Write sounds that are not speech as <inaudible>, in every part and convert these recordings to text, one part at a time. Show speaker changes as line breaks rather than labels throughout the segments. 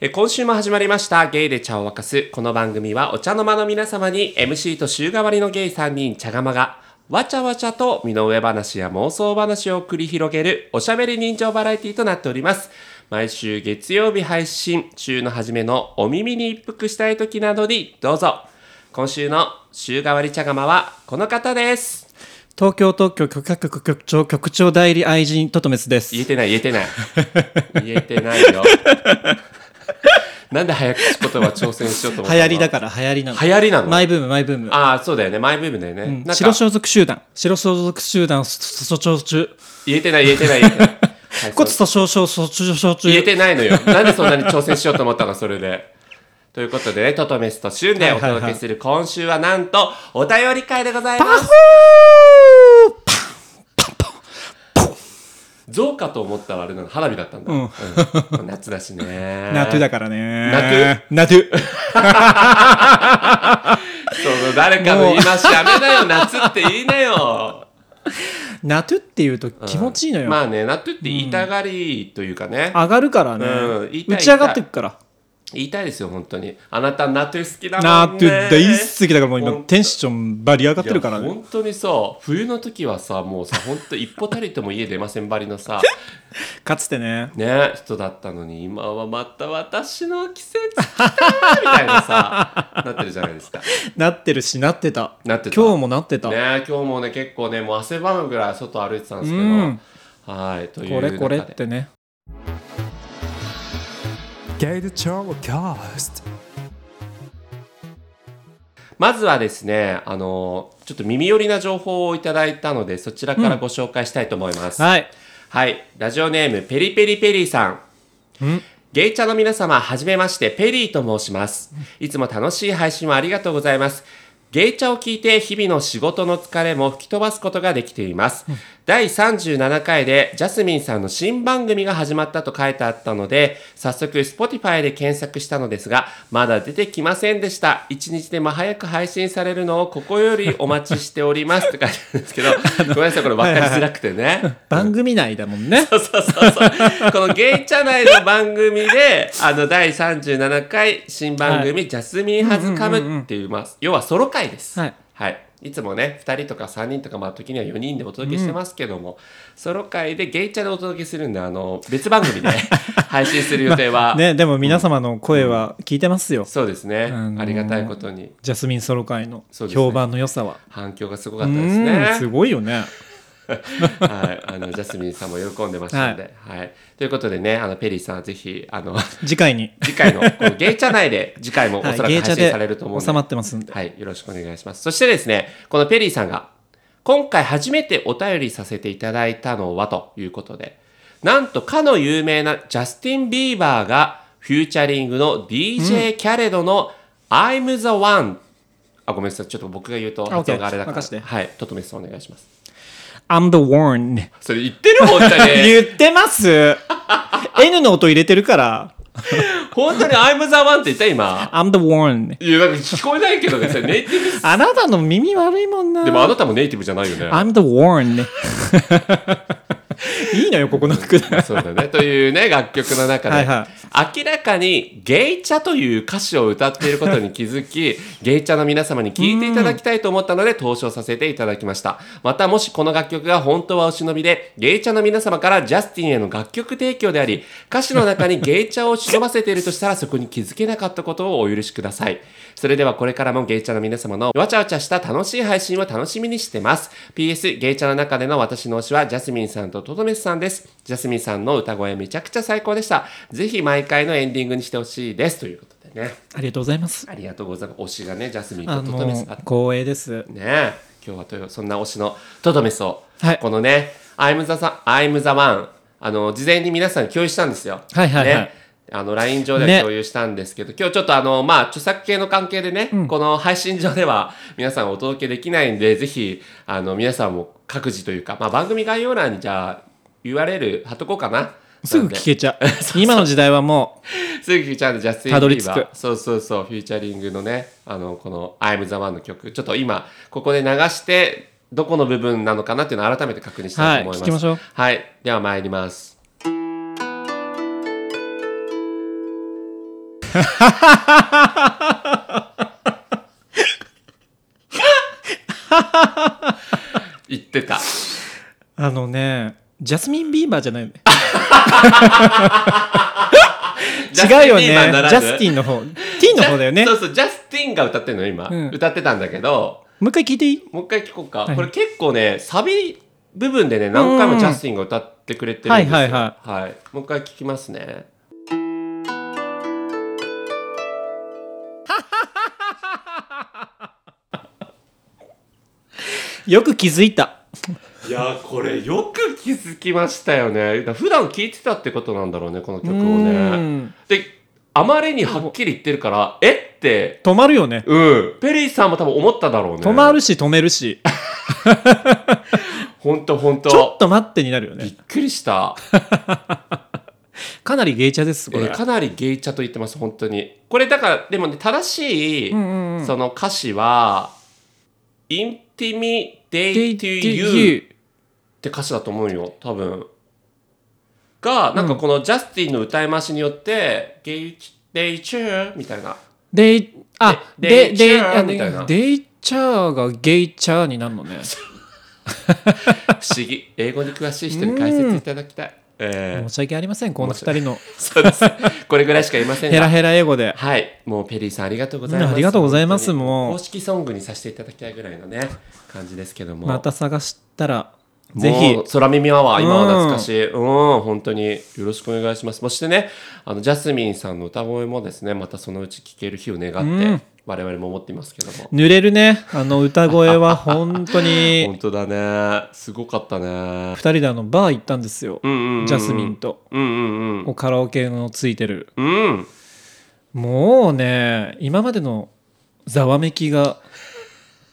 えー今週も始まりましたゲイで茶を沸かす。この番組はお茶の間の皆様に MC と週替わりのゲイ3人茶釜がわちゃわちゃと身の上話や妄想話を繰り広げるおしゃべり人情バラエティとなっております。毎週月曜日配信、週の初めのお耳に一服したい時などにどうぞ。今週の週替わり茶釜はこの方です。
東京特許許可局局長局長代理愛人トトメスです。
言えてない言えてない言えてない
<laughs>
よなんで早口言葉挑戦しようと思った
流
の
行りだから流行りなの。
流行りなの
マイブームマイブーム。
ああそうだよねマイブームだよね、なんか
白所属集団白所属集団訴訟中
言えてない言えてない
<laughs>
言えてないはい
骨
そう
粗しょう症訴訟
言え
中
てないのよなんでそんなに挑戦しようと思ったのそれでということでねトトメスとシュンでお届けする今週はなんとお便り会でございますゾウかと思ったらあれなの花火だったんだ、
うん
うん <laughs> 夏だしね
ナトゥだからね
ナ
ナトゥ
その誰かの言い回しやめなよ夏って言いな
<laughs>
よ
ナトゥっていうと気持ちいいのよ、
まあね夏って言いたがりというかね、
上がるからね、
うん痛い痛い
打ち上がってくから
言いたいですよ本当にあなた夏好きだ
ナ
もん
ト
ね
ゥ大好きだからもう
ほん
今
と
テンションバリ上がってるから
いや
ね
本当にさ冬の時はさもうさ本当一歩たりとも家出ませんばりのさ
かつてね
ね人だったのに今はまた私の季節来たみたいなさなってるじゃないですか
なってるしなってた
なってた
今日もなってた、
ね今日もね結構ねもう汗ばむぐらい外歩いてたんですけど、
うん
はいという
こ
中
れ
で
これってね
ゲイルチョーキャスト
まずはですね、あのちょっと耳寄りな情報をいただいたので、そちらからご紹介したいと思います。
はい
はい、ラジオネームペリペリペリーさん。ゲイチャの皆様、はじめまして、ペリーと申します。いつも楽しい配信をありがとうございます。ゲイチャを聞いて、日々の仕事の疲れも吹き飛ばすことができています。第37回で、ジャスミンさんの新番組が始まったと書いてあったので、早速、Spotify で検索したのですが、まだ出てきませんでした。一日でも早く配信されるのを、ここよりお待ちしております。って書いて <laughs> あるんですけど、ごめんなさい、これ分かりづらくてね。
番組内だもんね。
<laughs> そうそうそう。 <laughs> このゲイチャ内の番組で、あの、第37回新番組、ジャスミンハズカムっていう、まあ、要はソロ回です。
はい。
はい。いつもね、2人とか3人とか、まあ、時には4人でお届けしてますけども、ソロ回でゲイチャでお届けするんで、あの、別番
<laughs>
組で配信する予定は、
ね、でも皆様の声は聞いてますよ。
そうですね、
あのー
ありがたいことに。
ジャスミンソロ会の
そうですね
評判の良さは。
反響がすごか
う
ったです
ん
ね。
すごいよね。
はい、あのジャスミンさんも喜んでましたので、はい、ということでね、あのペリーさんはぜひあの
次回に。
次回の、このゲイチャ内で、次回もおそらく
はい
配信されると思う
収ま
の
ってますん
で、
で。
はい、よろしくお願いします。そしてですね、このペリーさんが、今回初めてお便りさせていただいたのはということで、なんとかの有名なジャスティン・ビーバーが、フューチャリングの DJ キャレドの I'm the One、あ、ごめんなさい、ちょっと僕が言うと発音があれだから、
任せて
はい、トトメスさんお願いします。
I'm the one.
それ言ってる本当に。
<laughs> 言ってます
<laughs>
!N の音入れてるから。
本当に I'm the One って言った今。
I'm the one.
いや、なんか聞こえないけどね、それネイティブ
あなたの耳悪いもんな。
でもあなたもネイティブじゃないよね。
I'm the one. <laughs> いいのよ、ここのくだり。
そうだね。というね、楽曲の中で、
はいは
明らかにゲイチャという歌詞を歌っていることに気づき、 <laughs> ゲイチャの皆様に聞いていただきたいと思ったので、投唱させていただきました。また、もしこの楽曲が本当はお忍びで、ゲイチャの皆様からジャスティンへの楽曲提供であり、歌詞の中に <laughs> ゲイチャを忍ばせているとしたら、そこに気づけなかったことをお許しください。それではこれからもゲイチャの皆様のわちゃわちゃした楽しい配信を楽しみにしてます。PS、ゲイチャの中での私の推しはジャスミンさんとトトメスさんです。ジャスミンさんの歌声めちゃくちゃ最高でした。ぜひ毎回のエンディングにしてほしいです。ということでね。
ありがとうございます。
ありがとうございます。推しがね、ジャスミン
あ
とトトメス
の
が、
光栄です。
ねえ今日はというそんな推しのトトメスを、
はい
このね「I'm the, Sun- I'm the One」あの事前に皆さんに共有したんですよ。
はいはいはい
ねあの LINE 上では
ね
共有したんですけど、今日ちょっとあの、まあ、著作系の関係でね、この配信上では皆さんお届けできないんで、ぜひ、あの、皆さんも各自というか、まあ、番組概要欄にじゃあ URL 貼っとこうかな。
すぐ
なんで
聞けちゃう。 <laughs> 今の時代はも
すぐちゃんとジャスティン・
たど
ビ
り
ー
着く
バーそうそうそうフューチャリングのねあのこの「I'm the One」の曲ちょっと今ここで流してどこの部分なのかなっていうのを改めて確認したいと思います、
はい聞きましょう <laughs>
はいでは参ります言ってた。
あのね、ジャスミン・ビーバーじゃないよね。違うよね。ジャスティ
ン
ンの方。ティーンの方だよね。
ジャ
も
そうそう、ジャスティンが歌ってるの、今。
うん
歌ってたんだけど、
う一回聞いていい
もう一回聞こうか。
はい
これ結構ね、サビ部分でね、何回もジャスティンが歌ってくれてるんですよ。
はいはいは
はい。もう一回聞きますね。
よく気づいた。
いやーこれよく気づきましたよね普段聴いてたってことなんだろうねこの曲を
う
ね
ん
であまりにはっきり言ってるからえって
止まるよね。
うんペリーさんも多分思っただろうね
止まるし止めるし、
ほんとほんと
ちょっと待ってになるよ
び
ね
っ。くりした
かなりゲイチャです、これ。
えーかなりゲイチャと言ってます本当にこれだからでもね正しい、
うんうんうん
その歌詞は「インティミデイテ
Date
ィ
you
ユー」って歌詞だと思うよ多分がなんかこのジャスティンの歌い回しによって「ゲイデイチュー」みたいな
デイ、あ、
で
デイ、デ
デイ
イ、
チャー
あ
みたいな
デイチャーがゲイチャーになるのね。
不思
<laughs>
議英語に詳しい人に解説いただきたい、え
申し訳ありません、この二人の
ー、そうですこれぐらいしか言いま
<laughs>
せん
ヘラ
が
ヘラ英語で。
はいもうペリーさんありがとうございます、
うんありがとうございます
本当に
もう
公式ソングにさせていただきたいぐらいのね感じですけども
また探したら、ぜ
ぜ
ひ
ひ、空耳アワー、今は懐かしい。うん、本当によろしくお願いします。そしてね、あの、ジャスミンさんの歌声もですね、またそのうち聴ける日を願って、
うん
我々も思っていますけども。
濡れるね。あの歌
<laughs>
声は本当に、
本当だね。すごかったね
二。人であのバー行ったんですよ
う。んうん、うん。
ジャスミン。と。
うんうん
こうカラオケのついてる。
うん。うん。
もうね、今までのざわめき
<laughs>
が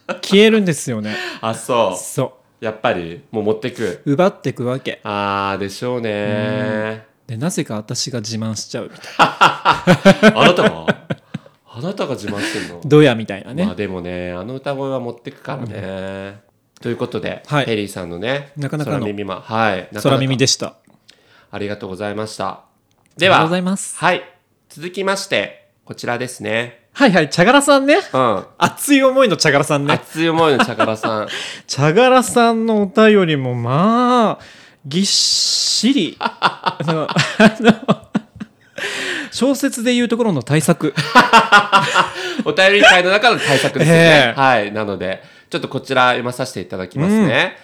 消えるんですよね。
あ、そ。
そう
やっぱり、もう持ってく。
う。奪ってくわけ。
あー、でしょうね。
で、なぜか私が自慢しちゃうみたいな。
あなたが <laughs> あなたが自慢してるの
ドヤみたいなね。
まあでもねあの歌声は持ってくからね、ということで、
はい
ペリーさんのね
なかなかの
空耳まはいなかなか
空耳でした。
ありがとうございましたで
ありがとう
は
ございます。
はい続きましてこちらですね
はいはい、茶柄さんね。
うん
熱い思いの茶柄さんね。
熱い思いの宝さん
茶柄さんのお便りも、まあ、ぎっ
<laughs>
しり。あの、あの小説でいうところの対策。
お便り会の中の対策ですよね、
ええ
はいなのでちょっとこちら読まさせていただきますね、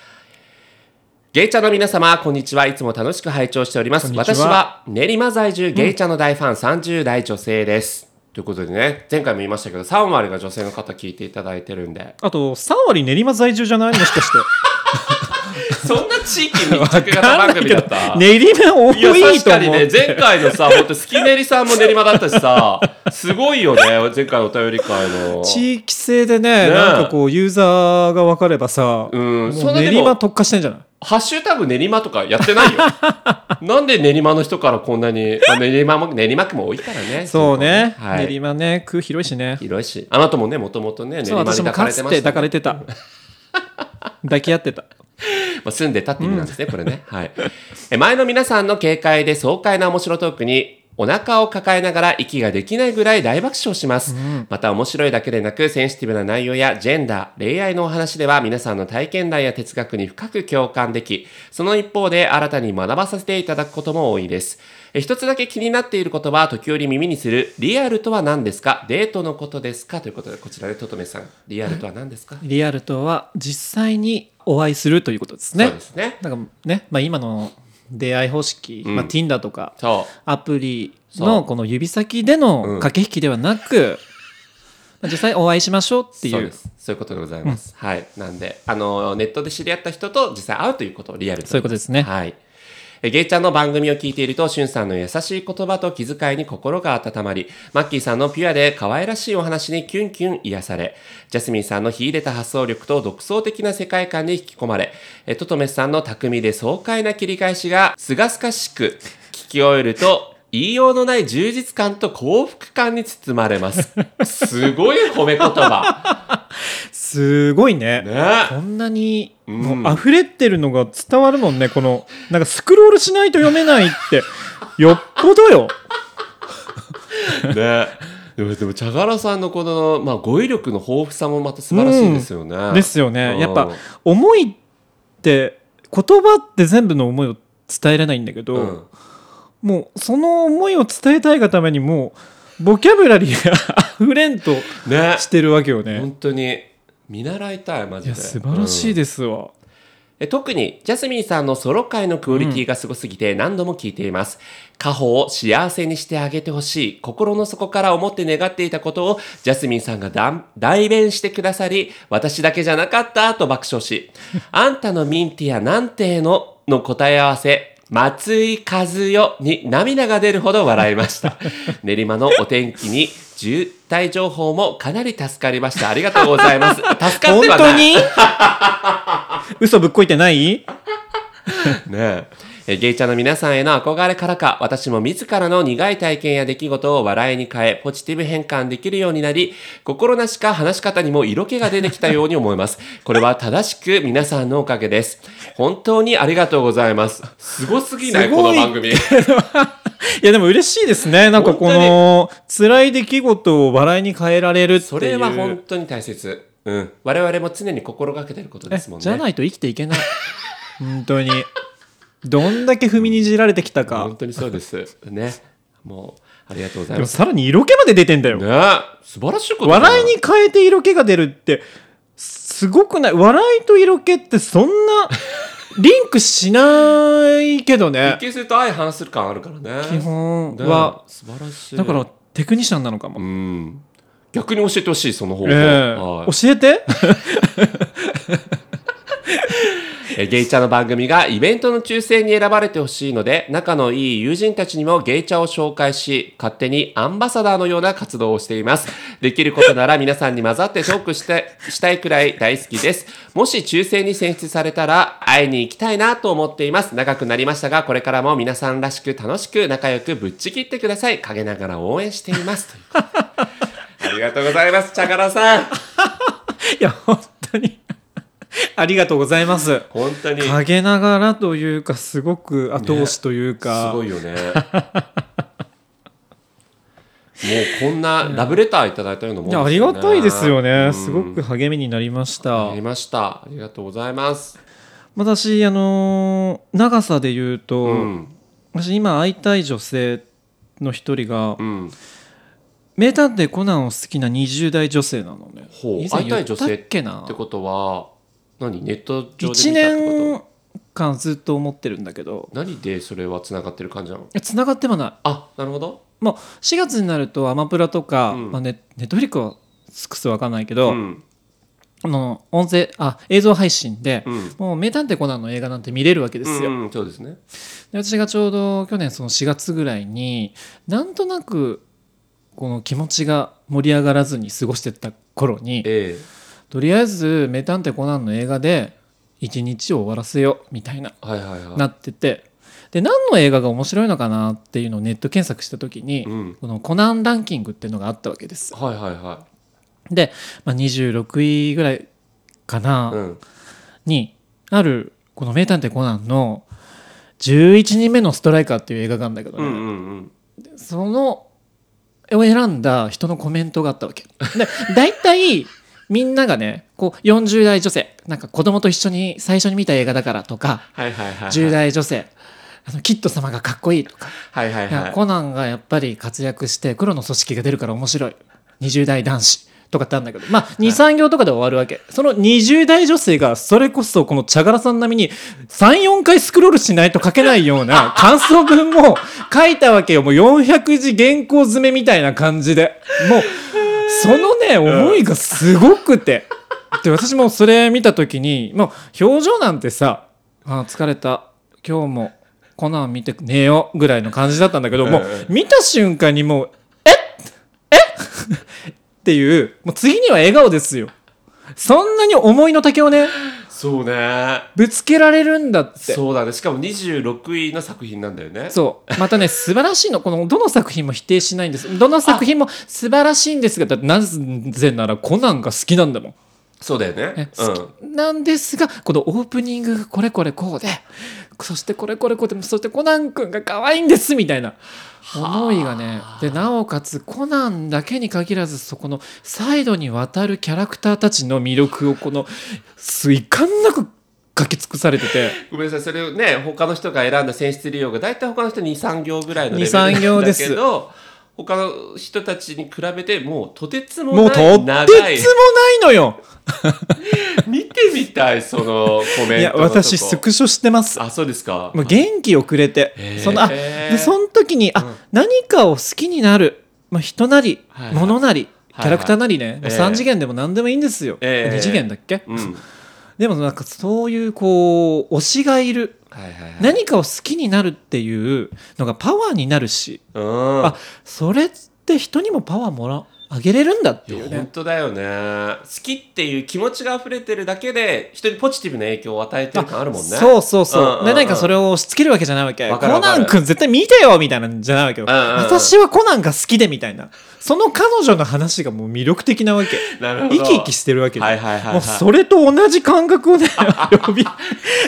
ゲイチャの皆様、こんにちは。いつも楽しく拝聴しております。
こんにちは
私は練馬在住ゲイチャの大ファン、30代女性です。ということでね、前回も言いましたけど、3割が女性の方聞いていただいてるんで、
あと、3割練馬在住じゃないもしかして。
そんな地域密着型番組だ
<laughs>
った
練馬多
いや
い
確
と
か
思
に
う。
ね前回のさ本当スキネリさんも練馬だったしさすごいよね前回のお便り会の
地域性でね
ね
なんかこうユーザーが分かればさ、
うん
も
そんなでも
練馬特化してんじゃない
ハッシュタグ練馬とかやってない
<laughs>
よなんで練馬の人からこんなに、まあ、練馬も練馬区も多いからね
そうね、
人口はい、
練馬ね区広いしね
広いしあなたもねもともとね練
そう
馬に
私も
抱か
か
れて
つ
ま
て
した
抱
ね、
かれてた抱き合ってた
まあ、住んでたって意味なんですね、これね。はい。え前の皆さんの警戒で爽快な面白トークに、お腹を抱えながら息ができないぐらい大爆笑します。また面白いだけでなく、センシティブな内容やジェンダー、恋愛のお話では皆さんの体験談や哲学に深く共感でき、その一方で新たに学ばさせていただくことも多いです。え一つだけ気になっていることは、時折耳にする、リアルとは何ですかデートのことですかということで、こちらでトトメさん、リアルとは何ですか
リアルとは実際にお会いするということですね
そうですね。
なんかね、まあ、今の出会い方式、
うん
まあ、Tinder とか
そう。
アプリ
そ
の
う
この指先で
うん
の駆け引きではなく、まあ実際お会いしましょうってい
そう
う
ですそういうことでございます、はいなんであのネットで知り合った人と実際会うということをリアルと
そういうことですね
はいえゲイちゃんの番組を聞いていると、しゅんさんの優しい言葉と気遣いに心が温まり、マッキーさんのピュアで可愛らしいお話にキュンキュン癒され、ジャスミンさんの秀でた発想力と独創的な世界観に引き込まれ、えトトメスさんの巧みで爽快な切り返しが、すがすかしく聞き終えると、言いようのない充実感と幸福感に包まれます。すごい褒め言葉。
すごいね
ね
こんなに
ん
もう溢れてるのが伝わるもんねこの
<laughs>
なんかスクロールしないと読めないってよっぽどよ
ねでもでも茶柄さんのこの、まあ、語彙力の豊富さもまた素晴らしいですよね。
ですよ
う
ね
ん
やっぱ思いって言葉って全部の思いを伝えれないんだけど、
うん
もうその思いを伝えたいがためにもうボキャブラリーが溢れんと
ね
してるわけよね
本当に見習いたいマ
い
ジ
や
で
素晴らしい
うん
ですわ、
え特にジャスミンさんのソロ回のクオリティがすごすぎて何度も聞いています、家宝を幸せにしてあげてほしい心の底から思って願っていたことをジャスミンさんがだ代弁してくださり私だけじゃなかったと爆笑
<laughs>
しあんたのミンティアなんてのの答え合わせ松井和代に涙が出るほど笑いま
<laughs>
した。練馬のお天気に渋滞情報もかなり助かりました。ありがとうございます。助かっては
本
ない。
当に嘘ぶっこいてない
ねえ。えゲイちゃんの皆さんへの憧れからか、私も自らの苦い体験や出来事を笑いに変え、ポジティブ変換できるようになり、心なしか話し方にも色気が出てきたように思います。これは正しく皆さんのおかげです。本当にありがとうございます。すごすぎない
すご
この
い
番組。
いやでも嬉しいですねなんかこの辛い出来事を笑いに変えられるっていう
それは本当に大切。うん。我々も常に心がけてることですもんね。
じゃないと生きていけない本当にどんだけ踏みにじられてきたか
本当にそうです。ね。もう、ありがとうござい
で
ま
も
す。
さらに色気まで出てんだよ、
ね素晴らしいことだな
笑いに変えて色気が出るってすごくない笑いと色気ってそ
<laughs>
んなリンクしないけどね
一見すると相反する感あるからね
基本
ね
は
素晴らしい
だからテクニシャンなのかも、
うん逆に教えてほしいその方法、
ええ
はい
教え
<laughs>
て
えゲイチャの番組がイベントの抽選に選ばれてほしいので仲のいい友人たちにもゲイチャを紹介し勝手にアンバサダーのような活動をしていますできることなら皆さんに混ざってトークして <laughs> したいくらい大好きですもし抽選に選出されたら会いに行きたいなと思っています長くなりましたがこれからも皆さんらしく楽しく仲良くぶっちぎってください陰ながら応援していますということ
<laughs>
で <laughs> ありがとうございます茶柄さん
いや本当に <laughs> ありがとうございます
本当に
陰ながらというかすごく後押しというか、
すごいよねもうこん
<laughs>
なラブレターいただいたようなもん
いやありがたいですよね、
うん
すごく励みになりまし
あ
た
りましたありがとうございます
私あのー長さで言うと、
うん
私今会いたい女性の一人が、
うん
名探偵コナンを好きな20代女性なのね
ほう
以前
会いたい女
言ったっ
性
けな
ってことは何ネット上で
1
見たってこと
年間ずっと思ってるんだけど
何でそれはつながってる感じなの
つながってはない
あなるほど
もう4月になるとアマプラとか、
うん
まあ、ネネットフリックはすくすわかんないけ
う
ど、
ん
あの音声あ映像配信で、
うん
もう名探偵コナンの映画なんて見れるわけですよ、
うんうんそうですね
で私がちょうど去年その4月ぐらいになんとなくこの気持ちが盛り上がらずに過ごしてた頃に
ええ
とりあえず「名探偵コナン」の映画で一日を終わらせようみたいな
はいはいはい
なっててで何の映画が面白いのかなっていうのをネット検索した時に、
うん
このコナンランキングっていうのがあったわけです
はいはいは
で、まあ、26位ぐらいかな、
いうん
にあるこの「名探偵コナン」の「11人目のストライカー」っていう映画があるんだけど
う
ね、
んうんうん
そのを選んだ人のコメントがあったわけ。で大体みんながねこう40代女性なんか子供と一緒に最初に見た映画だからとか
はいはいはい
10代女性あのキッド様がかっこいいとか、
はいはい
いや
はい
コナンがやっぱり活躍して黒の組織が出るから面白い20代男子とかってあるんだけどまあ23行とかで終わるわけその20代女性がそれこそこの茶柄さん並みに34回スクロールしないと書けないような感想文も書いたわけよもう400字原稿詰めみたいな感じでもうそのね思いがすごくて。で私もそれ見た時にもう表情なんてさ「あー疲れた今日もコナン見て寝よう」ぐらいの感じだったんだけどもう
うん
見た瞬間にもう「えっえっ?」っていうもう次には笑顔ですよそんなに思いの丈をね
そうね
ぶつけられるんだってそう
そうだねしかも26位の作品なんだよね
またね素晴らしいのこのどの作品も否定しないんですどの作品も素晴らしいんですがだってなぜならコナンが好きなんだもん
そうだよね
ね。
うん。
なんですがこのオープニングこれこれこうでそしてこれこれこうでそしてコナン君が可愛いんですみたいな思いがねでなおかつコナンだけに限らずそこのサイドにわたるキャラクターたちの魅力をこのすいかんなく書き尽くされてて
ごめんなさい、それをね、他の人が選んだ選出利用が、大体他の人2、3行ぐらいのレベル
2 3行です
なんだけど、他の人たちに比べて、もうとてつもない。
もうとってつもな
長い
い。のよ
見てみたい、そのコメントのとこ。
いや私スクショしてます
あ、そうですか。
もう元気をくれて、
へー
そのあ
へー
でその時にあ、
うん
何かを好きになる、まあ、人なり、
はいはい
物なりキ
はい
ャラクターなりね、もう
ええ
3次元でも何でもいいんですよ、
ええ
2次元だっけ、
うん。
でもなんかそういうこう推しがいる
はいはいはい。
何かを好きになるっていうのがパワーになるし、
うん。
あそれって人にもパワーもらあげれるんだって
い
い
や
う
本
ね
当だよね好きっていう気持ちが溢れてるだけで人にポジティブな影響を与えてる感あるもんね
そうそうそう,、
うんうんうん
でなんかそれを押し付けるわけじゃないわけ
わ
コ
かるわかる
ナン君絶対見てよみたいなんじゃないわけよ、
うんうんうん
私はコナンが好きでみたいなその彼女の話がもう魅力的なわけ
<laughs> なるほど
生き生きしてるわけで、
はいはいはいはい
もうそれと同じ感覚
<laughs>
をね呼び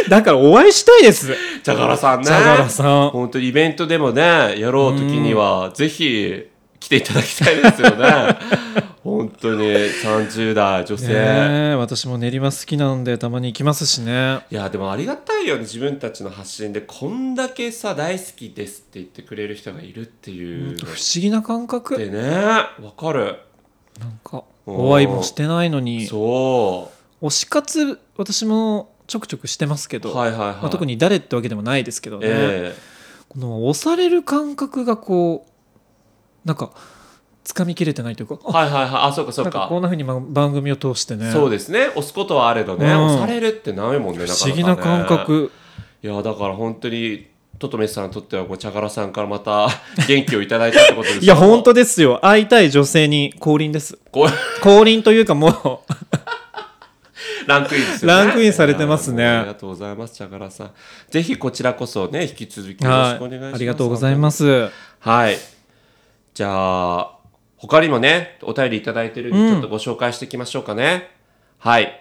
だからお会いしたいです
茶柄さんね
茶柄さん
本当にイベントでもねやろう時にはぜひ来ていただきたいです
<laughs>
よね本当に30代女性、
ねえ私も練馬好きなんでたまに行きますしね
いやでもありがたいよね自分たちの発信でこんだけさ大好きですって言ってくれる人がいるっていう
不
の
思議な感覚
でねわかる
なんか
うん
お会いもしてないのに
そ
推し活私もちょくちょくしてますけ
う
ど、
はいはいはい、
まあ、特に誰ってわけでもないですけどね、
え
この押される感覚がこうなんか掴みきれてないというか
え
あ
はいはいはいあそうかそう
なん
か
かこんなふうにま番組を通してね
そうですね押すことはあれどね、
うん
押されるってないもんね
不思議な感
ね
覚
いやだから本当にトトメスさんにとってはこう茶柄さんからまた <laughs> 元気をいただいたってことですよ
いや本当ですよ会いたい女性に降臨です
こう
降臨というかもう
ランクインですよね
ランクインされてますね
いやもうありがとうございます茶柄さんぜひこちらこそね引き続きよろしくお願いします、
はいありがとうございます
はいじゃあ他にもねお便りいただいてるんでちょっとご紹介していきましょうかね、はい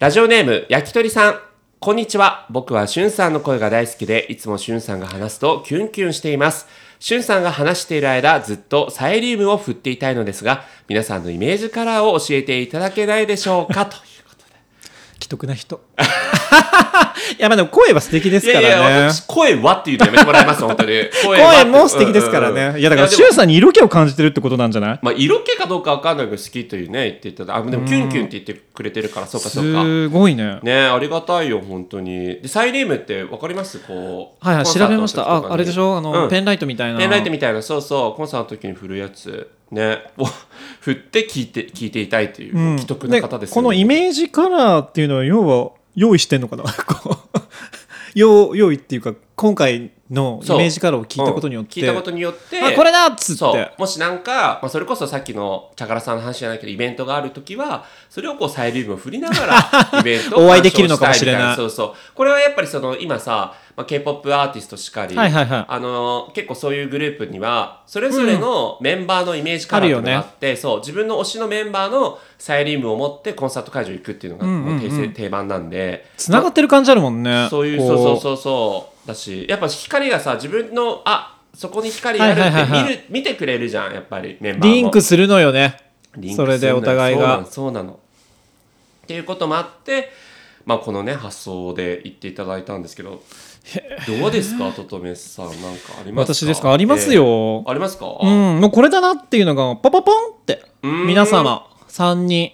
ラジオネーム焼き鳥さんこんにちは僕はしゅんさんの声が大好きでいつもしゅんさんが話すとキュンキュンしていますしゅんさんが話している間ずっとサイリウムを振っていたいのですが皆さんのイメージカラーを教えていただけないでしょ <laughs> うかということで
既得
<laughs>
な人いやまあでも声は素敵ですからね
いやいや私声はって言うとやめてもらいます本 <laughs> 当に声はって
声も素敵ですからね、
うんうんうん
いやだから
でも
柊さんに色気を感じてるってことなんじゃない
まあ、色気かどうかわかんないけど好きというね言っていただあでもキュンキュンって言ってくれてるからそうかそうか
すごいね
ねありがたいよ本当にでサイリウムってわかりますこう
はいはい
コンサー
調
ト
べ
の
まし
時と
た
かに
ああれでしょあの、
うん
ペンライトみたいな
ペンライトみたいなそうそうコンサートの時に振るやつねを振って聞いて聞いていたいという、
うん
既得な方ですよ
このイメージカラーっていうのは要は用意してんのかな <laughs> こう用用意っていうか今回のイ
そう
メージカラーを聞いたことによって、
うん聞いたことによって
あこれだっつって
そうもしなんか、まあ、それこそさっきの茶柄さんの話じゃないけどイベントがある時はそれをこうサイリウムを振りなが
<laughs>
らイベントを
お会いできるのかもしれない
鑑賞したみたそうそうこれはやっぱりその今さ、まあ、k p o p アーティストしかり、
はいはいはい
あのー結構そういうグループにはそれぞれのメンバーのイメージカラーっていうのがあってそう自分の推しのメンバーのサイリウムを持ってコンサート会場行くっていうのがもう定,、
うんうんうん
定番なんで
つながってる感じあるもんね
そういう、
こ
そうそうそうそう。だし、やっぱ光がさ、自分の、あ、そこに光がある
はいはい
っ
はいは
て
い
見る、見てくれるじゃん、やっぱり、メンバーも。
リンクするのよね
リンクす
そ
るんだ
れ
よ
でお互いが
そうなの。そうなのっていうこともあって、まあ、このね、発想で言っていただいたんですけど、どうです
<laughs>
か、ととめさん、なんかありますか
私ですかありますよ
えーありますか、
うんもうこれだなっていうのがパパポンって
うん
皆様3人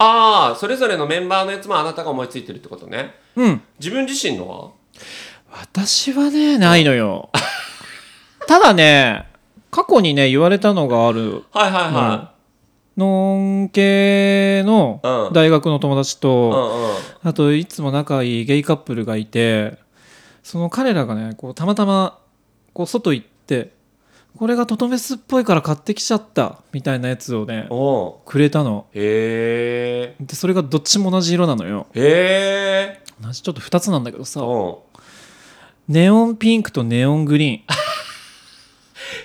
ああ、それぞれのメンバーのやつもあなたが思いついてるってことね。
うん
自分自身のは
私はねないのよただね過去にね言われたのがある
はいはいは
のん系の
うん
大学の友達
い。うん
と、
うん。
あといつも仲いいゲイカップルがいてその彼らがねこうたまたまこう外行ってこれがトトメスっぽいから買ってきちゃったみたいなやつをね
おう
くれたの
へえ。
でそれがどっちも同じ色なのよ
へえ。
同じちょっと2つなんだけどさ
うん。
ネオンピンクとネオングリーン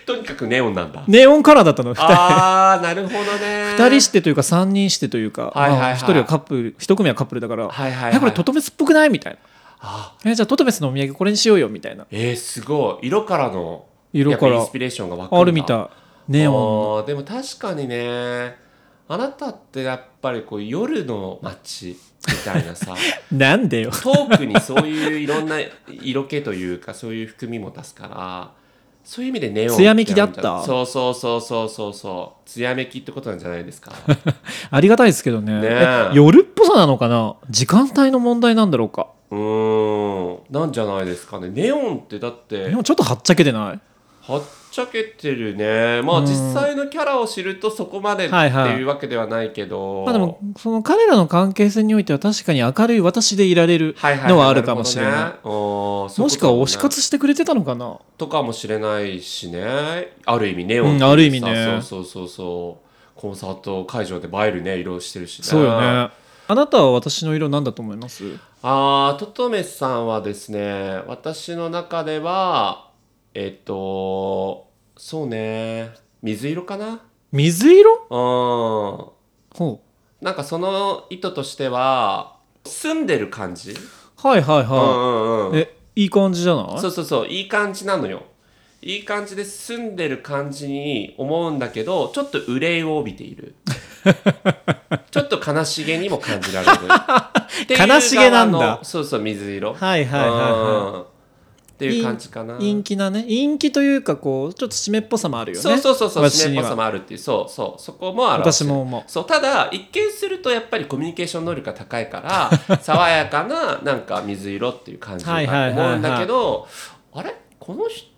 とにかくネオンなんだ。
ネオンカラーだったの2
あー、なるほどね。
人してというか3人してというか、
はいはいはい
まあ、1人はカップル1組はカップルだから、
はいはいはい
えこれトトメスっぽくないみたいな
あ
えじゃあトトメスのお土産これにしようよみたいな
えー、すごい。色からの、
色から
やっぱインスピレーションが湧くんだ
あるみたいネオン
あーでも確かにね、あなたってやっぱりこう夜の街みたいな
<laughs>
さ、
なんでよ
トークにそういういろんな色気というか、そういう含みも出すから、そういう意味でネオンって
艶めきだった
そうそうそうそうそうそう。艶めきってことなんじゃないですか。
ありがたいですけどね
ねえ
え夜っぽさなのかな時間帯の問題なんだろうか
うーん、なんじゃないですかね。ネオンってだって
で、もちょっとはっちゃけてない
はっちゃけてるね。まあ
うん
実際のキャラを知るとそこまでって
はいはい
いうわけではないけど。
まあでもその彼らの関係性においては確かに明るい私でいられる
はいはい、
のはあるかもしれない,、
るほどね。
もしくは推し
つ
活してくれてたのかな
とかもしれないしね。ある意味ネオンっていう
うんある意味ね
そうそうそうそう。コンサート会場で映えるね色してるしね。
そうよねあなたは私の色なんだと思います
あートトメスさんはですね私の中ではえっとそうね水色かな
水色
うん
ほ
なんかその意図としては澄んでる感じ
うはいはい
うんうん
はい、
うん
えいい感じじゃない
そうそうそういい感じなのよいい感じで澄んでる感じに思うんだけどちょっと憂いを帯びてい
<laughs>
るちょっと悲しげにも感じられ
<laughs>
るっていう側の
悲しげなんだ
そうそう水色
はいはいはいはい
うんっていう感じかな
陰気なね陰気というかこうちょっと湿っぽさもあるよね
そうそうそうそう
私
湿っ
に
ぽ
は
さもあるっていうそうそうそこも表して
私
る
も思
そうただ一見するとやっぱりコミュニケーション能力が高いから
<laughs>
爽やかななんか水色っていう感じ
はいは
だ
いはい
と
はい
思うんだけどあれこの人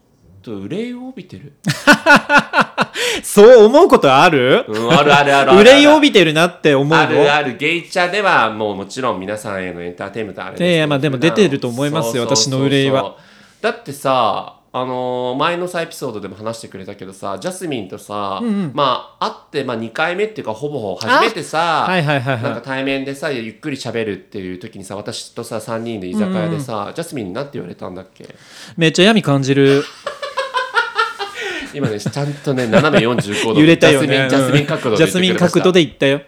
憂いを帯びてる、 <laughs>
うそう思うことある
うん、あるあるあるある
憂いを帯びてるなって思うの
あるあるゲイチャではもうもちろん皆さんへのエンターテインメントあれすけど
いやいやまあでも出てると思います
そう
よ
そうそうそう
私の憂いは
だってさあのー前のさエピソードでも話してくれたけどさジャスミンとさ、
うんうん
まあ会ってまあ2回目っていうかほぼほぼ初めてさ、
はいはいは
<laughs>
い
なんか
は
対面でさゆっくり喋るっていう時にさ私とさ3人で居酒屋でさ、ジャスミンになんて言われたんだっけ
いめっちゃ闇感じる
今ねちゃんとね斜め45度
揺れたよね
ジャスミンジャスミン角度
う
で
んジャスミン角度
で
で言ったよ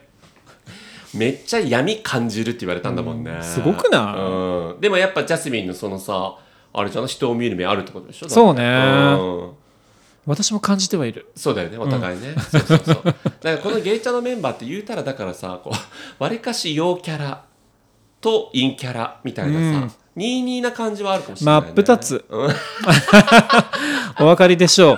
めっちゃ闇感じるって言われたんだもんね、
うんすごくない
うん、でもやっぱジャスミンのそのさあれじゃない人を見る目あるってことでしょだって
そうね
うん
私も感じてはいる
そうだよねお互いね、そうそうそうだからこのゲイチャのメンバーって言うたらだからさこうわりかし陽キャラと陰キャラみたいなさ、二二22な感じはあるかもしれない、ね、
真っ二つ
うん
<laughs> お分かりでしょう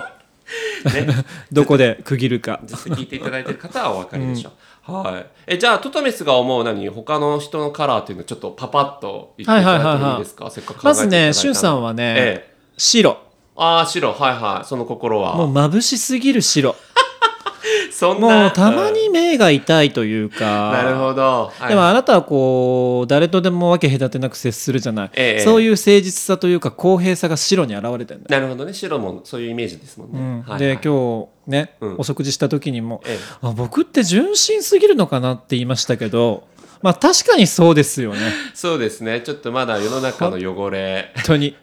ね、
<laughs> どこで区切るか
ずっと聞いていただいてる方はお分かりでしょう。はい。えじゃあトトメスが思う何他の人のカラーっていうのをちょっとパパッと言っていただいてもいいですか。せっかく考えていた
ま
だ
ず
いたので
ねしゅんさんはね、
ええ。
白
ああ白はいはいその心は。
もう眩しすぎる白
そんな
もうたま
うん
に目が痛いというか
なるほど。はい
でもあなたはこう誰とでも分け隔てなく接するじゃない、
ええ
そういう誠実さというか公平さが白に現れてるんだよ、
なるほどね白もそういうイメージですもんね。
うん
はいはい
で今日ね、
うん
お食事した時にも、
ええ
あ僕って純真すぎるのかなって言いましたけどまあ確かにそうで
<laughs>
すよね
そうですねちょっとまだ世の中の汚れ
本当に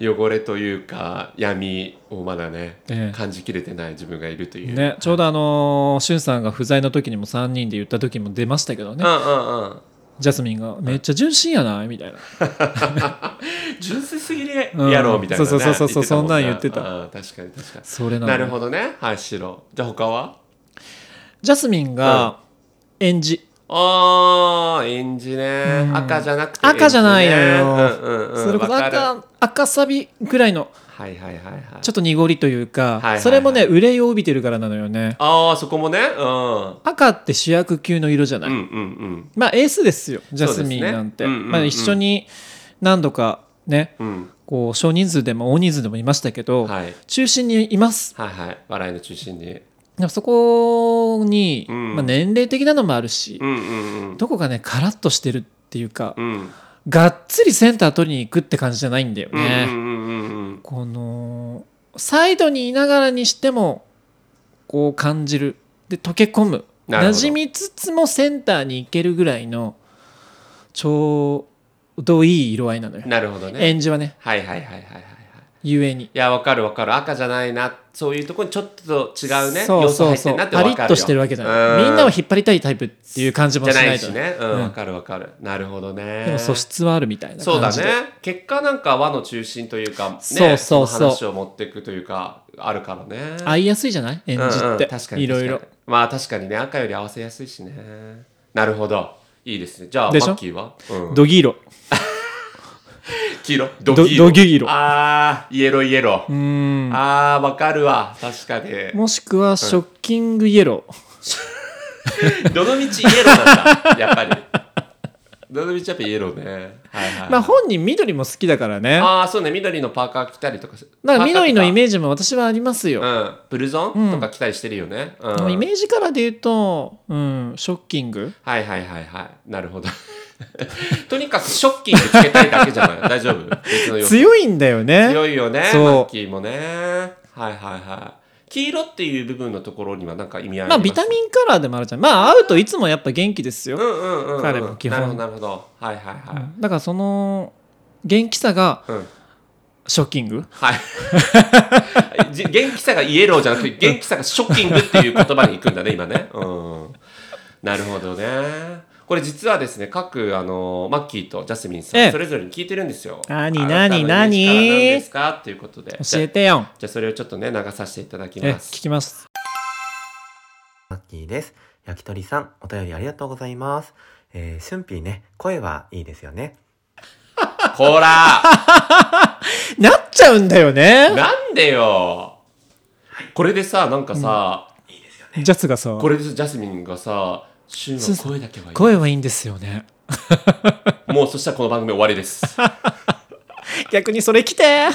汚れというか闇をまだね、
ええ
感じきれてない自分がいるという。
ねちょうどあのしゅんさんが不在の時にも3人で言った時も出ましたけど
う
ね、
んうんうん。
ジャスミンが「めっちゃ純真やない」みたいな
純粋すぎるやろ
うん
みたいなね
そうそうそうそ
言ってたも
うそんなん言ってた
ああ確かに確かに
それなの
なるほどねはい白じゃあ他は
ジャスミンが演じ、
あー演じね
うん
赤じゃなくて
赤じゃないのよ
演じねうんうんうん
それこそ
わかる
赤赤サビぐらいの
はいはいはいはい
ちょっと濁りというか、
いはいはい
それもね憂いを帯びてるからなのよね
ああそこもねうん
赤って主役級の色じゃない、
うんうん
まあエースですよジャスミ
そうで
ン
すね
なんて、
うんうんうん
まあ、一緒に何度かね
うんうん
こう少人数でも大人数でもいましたけど、
はい
中心にいます
はいはい笑いの中心に
でもそこに、
うん
まあ、年齢的なのもあるし
う、んうん
どこかねカラッとしてるっていうか、
うんうん
がっつりセンター取りに行くって感じじゃないんだよ
うん
ね、
うんうんうん
このサイドにいながらにしてもこう感じるで溶け込む
なるほど
馴染みつつもセンターに行けるぐらいのちょうどいい色合いなのよ、
うんなるほどね
演じはね
はいはいはいはいはいはい
ゆえに
いやわかるわかる赤じゃないなそういうところにちょっと違うね
そうそう
要素入って
そ
る
う
なってわ
パ
かる
リ
よ
ッとしてるわけじゃな
う
いみんなを引っ張りたいタイプっていう感じも
じ
し
ゃな
ないいと
しねうん
うん
わかるわかるなるほどね
でも素質はあるみたいな
そうだ
感じで
ね結果なんか和の中心というかね
そうそうそう
の話を持っていくというかあるからね
合いやすいじゃない演じ
うんうん
って
確かに
いろいろ
確かにまあ確かにね赤より合わせやすいしねなるほどいいですねじゃあマ
でしょ
ッキーは、うん、
ドギーロ
黄色
ど
ドギーロ
ドギーロ
あーイエローイエロー
うん
あーわかるわ確かに
もしくはショッキングイエロ
<laughs> どの道イエローなんだやっぱりどの道やっぱイエローねはいはい、
ーまあ本人緑も好きだからね
ああーそうね緑のパーカー着たりとか
だから緑のイ
ージ
メージも私はありますよ
うんブルゾン、とか着たりしてるよね、うん、
イメージからで言うとうんショッキング
はいはいはいはい。なるほど。 <laughs> とにかくショッキングつけたいだけじゃない。大丈夫別の要素
強いんだよね
強いよね。
そう
マッキーもね。はいはいはい。黄色っていう部分のところにはなんか意味合い
まあ
り
ビ
す
タミンカラーでもあるじゃんまあ合うといつもやっぱ元気ですよ
うんうんうんうん。
彼も基本
なるほどなるほど。はいはいはい。
だからその元気さが
うん
ショッキング
はい。 <laughs> じ元気さがイエローじゃなくて、元気さがショッキングっていう言葉に行くんだね、今ね。うん。なるほどね。これ実はですね、各、あの、マッキーとジャスミンさ
え
ん、
え
それぞれに聞いてるんですよ。
何
あなたのイメージ
何何
カラー何ですかっていうことで。
教えてよ
じゃあそれをちょっとね流させていただき
え
ます。
聞きます
マッキーです。焼き鳥さん、お便りありがとうございます。えー、シュンピーね、声はいいですよね。
ほら
なっちゃうんだよね
なんでよこれでさなんかさ、
ジャスがさ
これでジャスミンがさ「シュンは声だけはいい」
声はいいんですよね
もうそしたらこの番組終わりです
<laughs> 逆にそれ来て
じゃ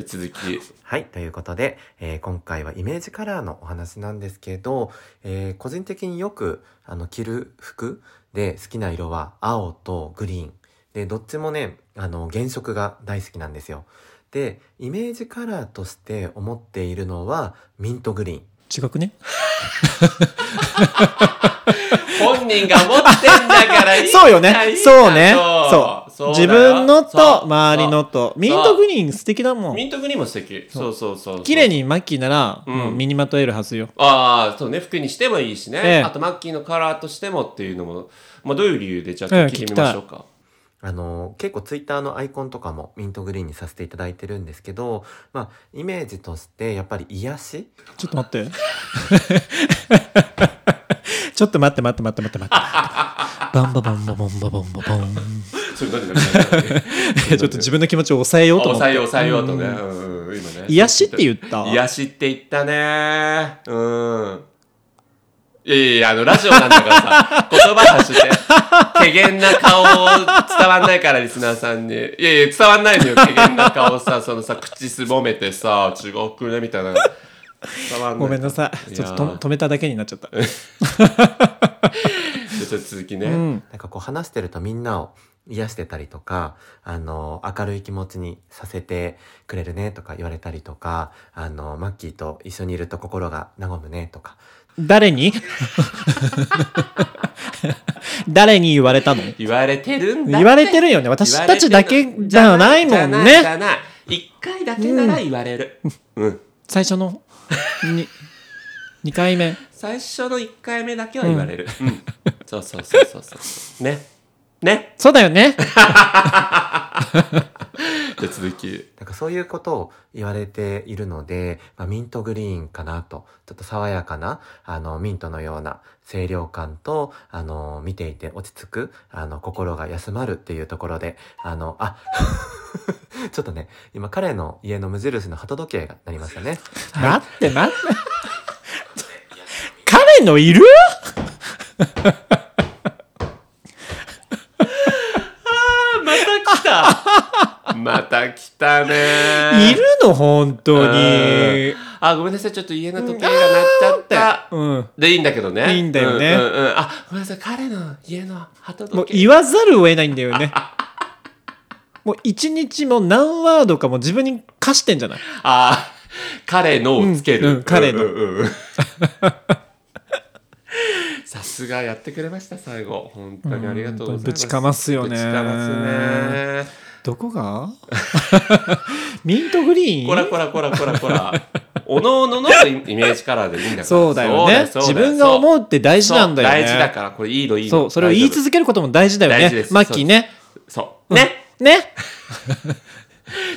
あ続き
はい、ということで、えー今回はイメージカラーのお話なんですけど、えー個人的によくあの着る服で好きな色は青とグリーン。で、どっちもね、あの原色が大好きなんですよ。で、イメージカラーとして思っているのはミントグリーン。
違くね
本人が持ってんだからいいんだ
<laughs> そうよね
いいんだ
そうね
そ
そうう
そう
自
だよ
分の
そう
と周りのとミントグリーン素敵だも
ミ
ん
ントグリーンも素敵そうそうそうそう
綺麗にマッキーなら
うん
もう身にまとえるはずよ
ああそうね服にしてもいいしね、
ええ
あとマッキーのカラーとしてもっていうのも、まあ、どういう理由でじゃあ
ええ
聞いてみましょうか、
あの、結構ツイッターのアイコンとかもミントグリーンにさせていただいてるんですけど、まあ、イメージとしてやっぱり癒し
ちょっと
<laughs>
待って。ちょっと待って待って待って待って待って。バンババンババンババンバ
<laughs>
バン。
それ何何
<laughs>
何
ちょっと自分の気持ちを抑えようと思っ
抑え
て。
よう抑えようとね。うんうん今ね。
癒しって言った
癒しって言ったね。うん。いやいやいや、あの、ラジオなんだから
<laughs>
さ、言葉発して、怪げな顔伝わんないから、リスナーさんに。いやいや、伝わんないのよ、怪げな顔さ、そのさ、口すぼめてさ、違くね、みたいな。伝わんない。
ごめんなさ
い
い。
や
ちょっとと止めただけになっちゃった。
じゃあちょっと続きね。
うん。
なんかこう話してるとみんなを癒してたりとか、あの、明るい気持ちにさせてくれるねとか言われたりとか、あの、マッキーと一緒にいると心が和むねとか、
誰に <laughs> 誰に言われたの
言われてるんだって
言われてるよね。私たちだけじ
言
ゃ
われ
ない
てる
も
の
ん
じゃないじ
ね。
ゃない。一回だけなら言われる。うん
最初のに2回目。
最初の1回目だけは言われる、うん <laughs> そうそうそうそうそうねね
そうだよね。
じゃあ続き
なんかそういうことを言われているので、まあ、ミントグリーンかなと、ちょっと爽やかな、あの、ミントのような清涼感と、あの、見ていて落ち着く、あの、心が休まるっていうところで、あの、あ、 <laughs> ちょっとね、今彼の家の無印の鳩時計がなりましたね。
待って待って。彼のいる
また
<laughs>
来たまた来たね
いるの本当に。
あごめんなさいちょっと家の時計が鳴っちゃった、
うん。
でいいんだけどね
いいんだよね
うんうんうんあごめんなさい彼の家の鳩
もう
時計
言わざるを得ないんだよね。もう一日も何ワードかも自分に課してんじゃない
あー彼のをつける、
うんうん彼の
うんうん <laughs> うんさすがやってくれました最後本当にありがとうございます、
うんぶちかますよね
ぶちかますね
どこがミントグリーン
こらこらこらこらこら。おのおののイメージカラーでいいんだから。
そうだよね
そうだ
自分が思うって大事なんだよね
そう大事だから、これいいのいいの。
そうそれを言い
大丈
続けることも大事だよ
大事で
ね
す
マッキーね
夫そう。ね。
ね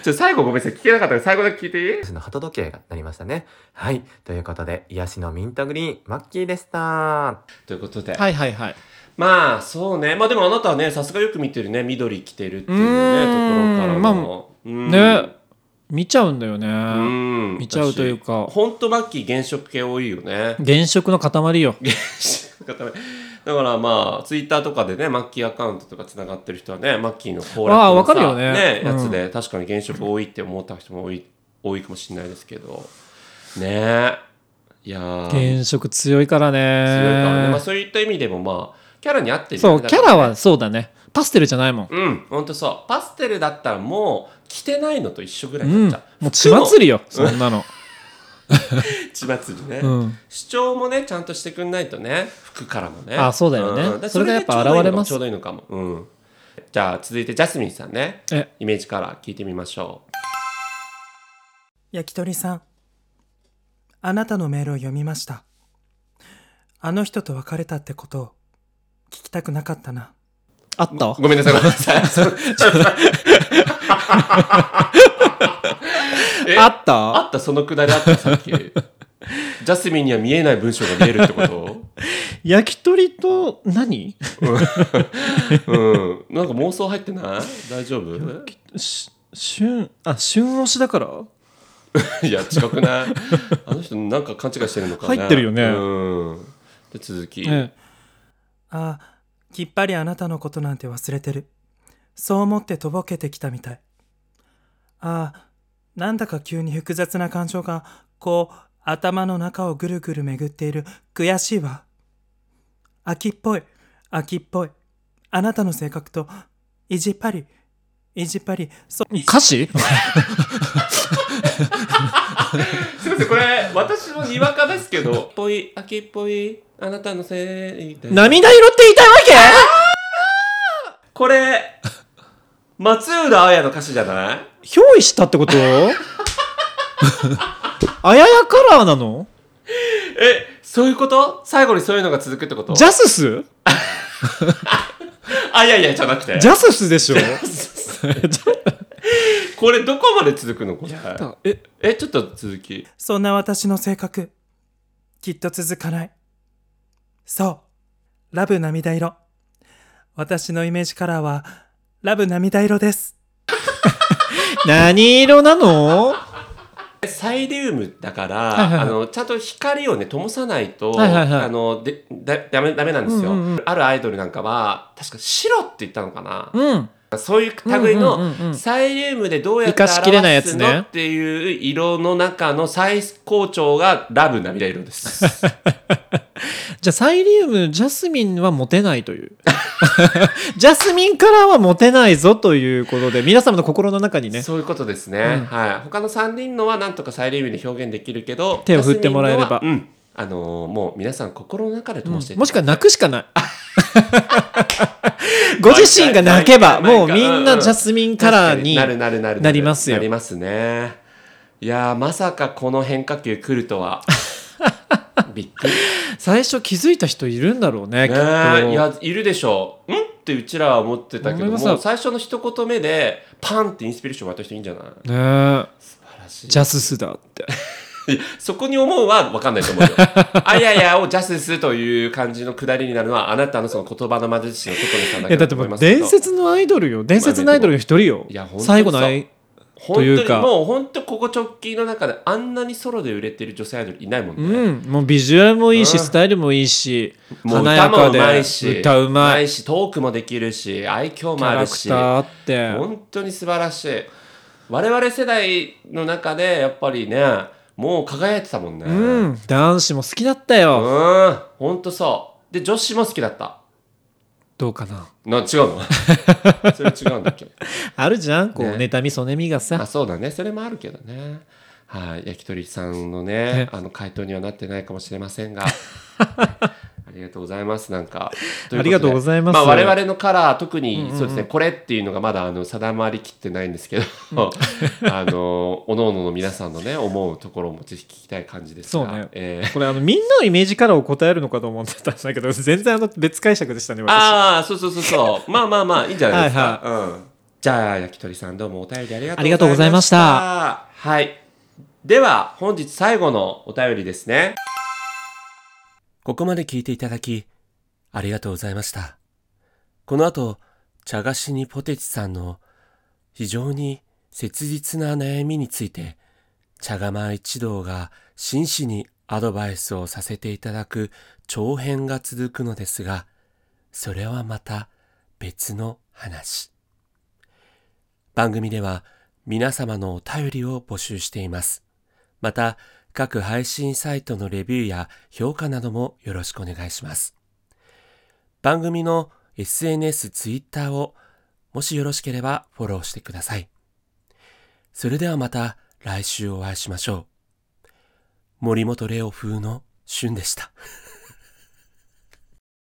ちょ、最後ごめんなさい。聞けなかったから最後だけ聞いていい
私の鳩時計がなりましたね。はい。ということで、癒しのミントグリーン、マッキーでした。
ということで。
はいはいはい
まあ、そうね。まあでもあなたはね、さすがよく見てるね。緑着てるっていう
うー
ね、と
ん
ころからの。うん
ね見ちゃうんだよね
うん。
見ちゃうというか
ほんとマッキー原色系多いよね。
現職の塊よ
だからまあツイッターとかでねマッキーアカウントとかつながってる人はねマッキーのコーラ
ああ
の
わ
さ
かるよねうん
やつで、確かに現職多いって思った人も多い多いかもしれないですけどねえいやー強い
現職強いから
からね、まあ、
ね
そういった意味でもまあキャラに合ってる
そ
よね
う
だ
キ
か
ャ
ら
ラはそうだねパステルじゃないもん
うんほんとそうパステルだったらもう着てないのと一緒ぐら
う
いに
ん
なっちゃう、
もう血祭りよそんなの
血祭りね、
うん
主張もねちゃんとしてくんないとね服からもね
あそうだよね
ん
それがやっぱ現れます
それでちょうどいいのかもちょうどいいのかも、うん、じゃあ続いてジャスミンさんね
え
イメージから聞いてみましょう
焼き鳥さん。あなたのメールを読みました。あの人と別れたってことを聞きたくなかったな。
あった
ごめんなさいごめんなさ
<laughs>
いそうえ
あった
あったそのくだりあったさっきジャスミンには見えない文章が見えるってこと
焼き鳥と何
うんなんか妄想入ってない大丈夫
し旬あ旬推しだから
いや近くないあの人なんか勘違いしてるのかな
入ってるよね
うんで続き、
ええ
ああ、きっぱりあなたのことなんて忘れてる。そう思ってとぼけてきたみたい。ああ、なんだか急に複雑な感情が、こう、頭の中をぐるぐる巡っている。悔しいわ。秋っぽい、秋っぽい。あなたの性格と、意地っぱり、意地っぱり、そ、
歌詞
すみません、これ、私のにわかですけど。ぽい、秋っぽい、あなたのせいで。
涙色って言いたいわ
これ、松浦綾の歌詞じゃない
け憑依したってことあややカラーなの
え、そういうこと最後にそういうのが続くってこと
ジャスス
あ、いやいや、じゃなくて
ジ。ャススでしょ
これ、どこまで続くのこれ。
え
え、ちょっと続き。
そんな私の性格、きっと続かない。そう、ラブ涙色。私のイメージカラーは、ラブ涙色です。
<laughs> 何色なの
えサイリウムだから、
いはいはい
あのちゃんと光をね灯さないと、
はいはいはい
あのでだダメダメなんですよ、
うん
あるアイドルなんかは確か白って言ったのかな、
うん
そういう類の、
うんうんうんうん
サイリウムでどうやって
生かしきれないや
表
つ
す
ね
のっていう色の中の最高潮がラブ涙色です。
じゃあサイリウムジャスミンはモテないという <laughs> ジャスミンカラーはモテないぞということで皆様の心の中に <laughs> ね
そういうことですね。
うん
はい。他の三人のはなんとかサイリウムで表現できるけど、
手を振ってもらえれば
ジャスミンのはうん。あのーもう皆さん心の中で
うん
通して、
もしくは泣くし
<laughs>
かないご自身が泣けば
毎回
もうみんなジャスミンカラーに
なるなるなる
なりますよ
なりますね。いやーまさかこの変化球来るとは
<laughs>
びっくり。
最初気づいた人いるんだろうねきっと
ねえいやいるでしょう。んってうちらは思ってたけど
思いま
も
すよ
最初の一言目でパンってインスピレーションもらった人いいんじゃない
ねえ
素
ジャススだって
晴らしいそこに思うは分かんないと
<laughs>
思うよ。あややをジャススという感じのくだりになるのはあなたのその言葉の魔術師のことにさんだ
い
け
やだ
だ
って
と
も
思いうますけど。
伝説のアイドルよ伝説のアイドルの一人よ
いや本当にそう
最後のアイ
本当
という
に
か
もう本当ここ直近の中であんなにソロで売れてる女性アイドルいないもんね。
うん、もうビジュアルもいい
う
し、
ん
スタイルもいいし、
もう歌
華や
も
か
う
で、
まいし、
歌うまい、
し、トークもできるし、愛嬌
キ
もあ
ャラ
る
ク
し。
ターあって、
本当に素晴らしい我々世代の中でやっぱりねもう輝いてたもんね
う
うん
ん、男子も好きだったよ。
本当そうで女子も好きだった
どうかな。
な違うのそれ違うんだっけ
あるじゃん、こう、
ね
妬み、そねみが
あ
さ。
そうだねそれもあるけどねはい、焼き鳥さんの
ね
ね
<laughs>
あの回答にはなってないかもしれませんがあ
りがとうございます。なんか。
ありがとうございます
まあ、我々のカラー、特に
ん、うん
そうですね、これっていうのがまだ、あの、定まりきってないんですけ
<laughs>
ど、あの、おののの皆さんのね、思うところもぜひ聞きたい感じですが。
そうね
えー
これあのみんなのイメージカラーを答えるのかと思ってたんだけど全然あの別解釈でしたね私
ああ、そうそうそうそう。まあまあまあ、いいんじゃないですか。
は
うん。じゃあ、焼き鳥さんどうもお便りありがとう
ありがとうございました
ございました。はい。では、本日最後のお便りですね。
ここまで聞いていただき、ありがとうございました。この後、茶菓子にポテチさんの非常に切実な悩みについて、茶釜一同が真摯にアドバイスをさせていただく長編が続くのですが、それはまた別の話。番組では皆様のお便りを募集しています。また、各配信サイトのレビューや評価などもよろしくお願いします。番組の SNS、Twitter をもしよろしければフォローしてください。それではまた来週お会いしましょう。森本レオ風の旬でした。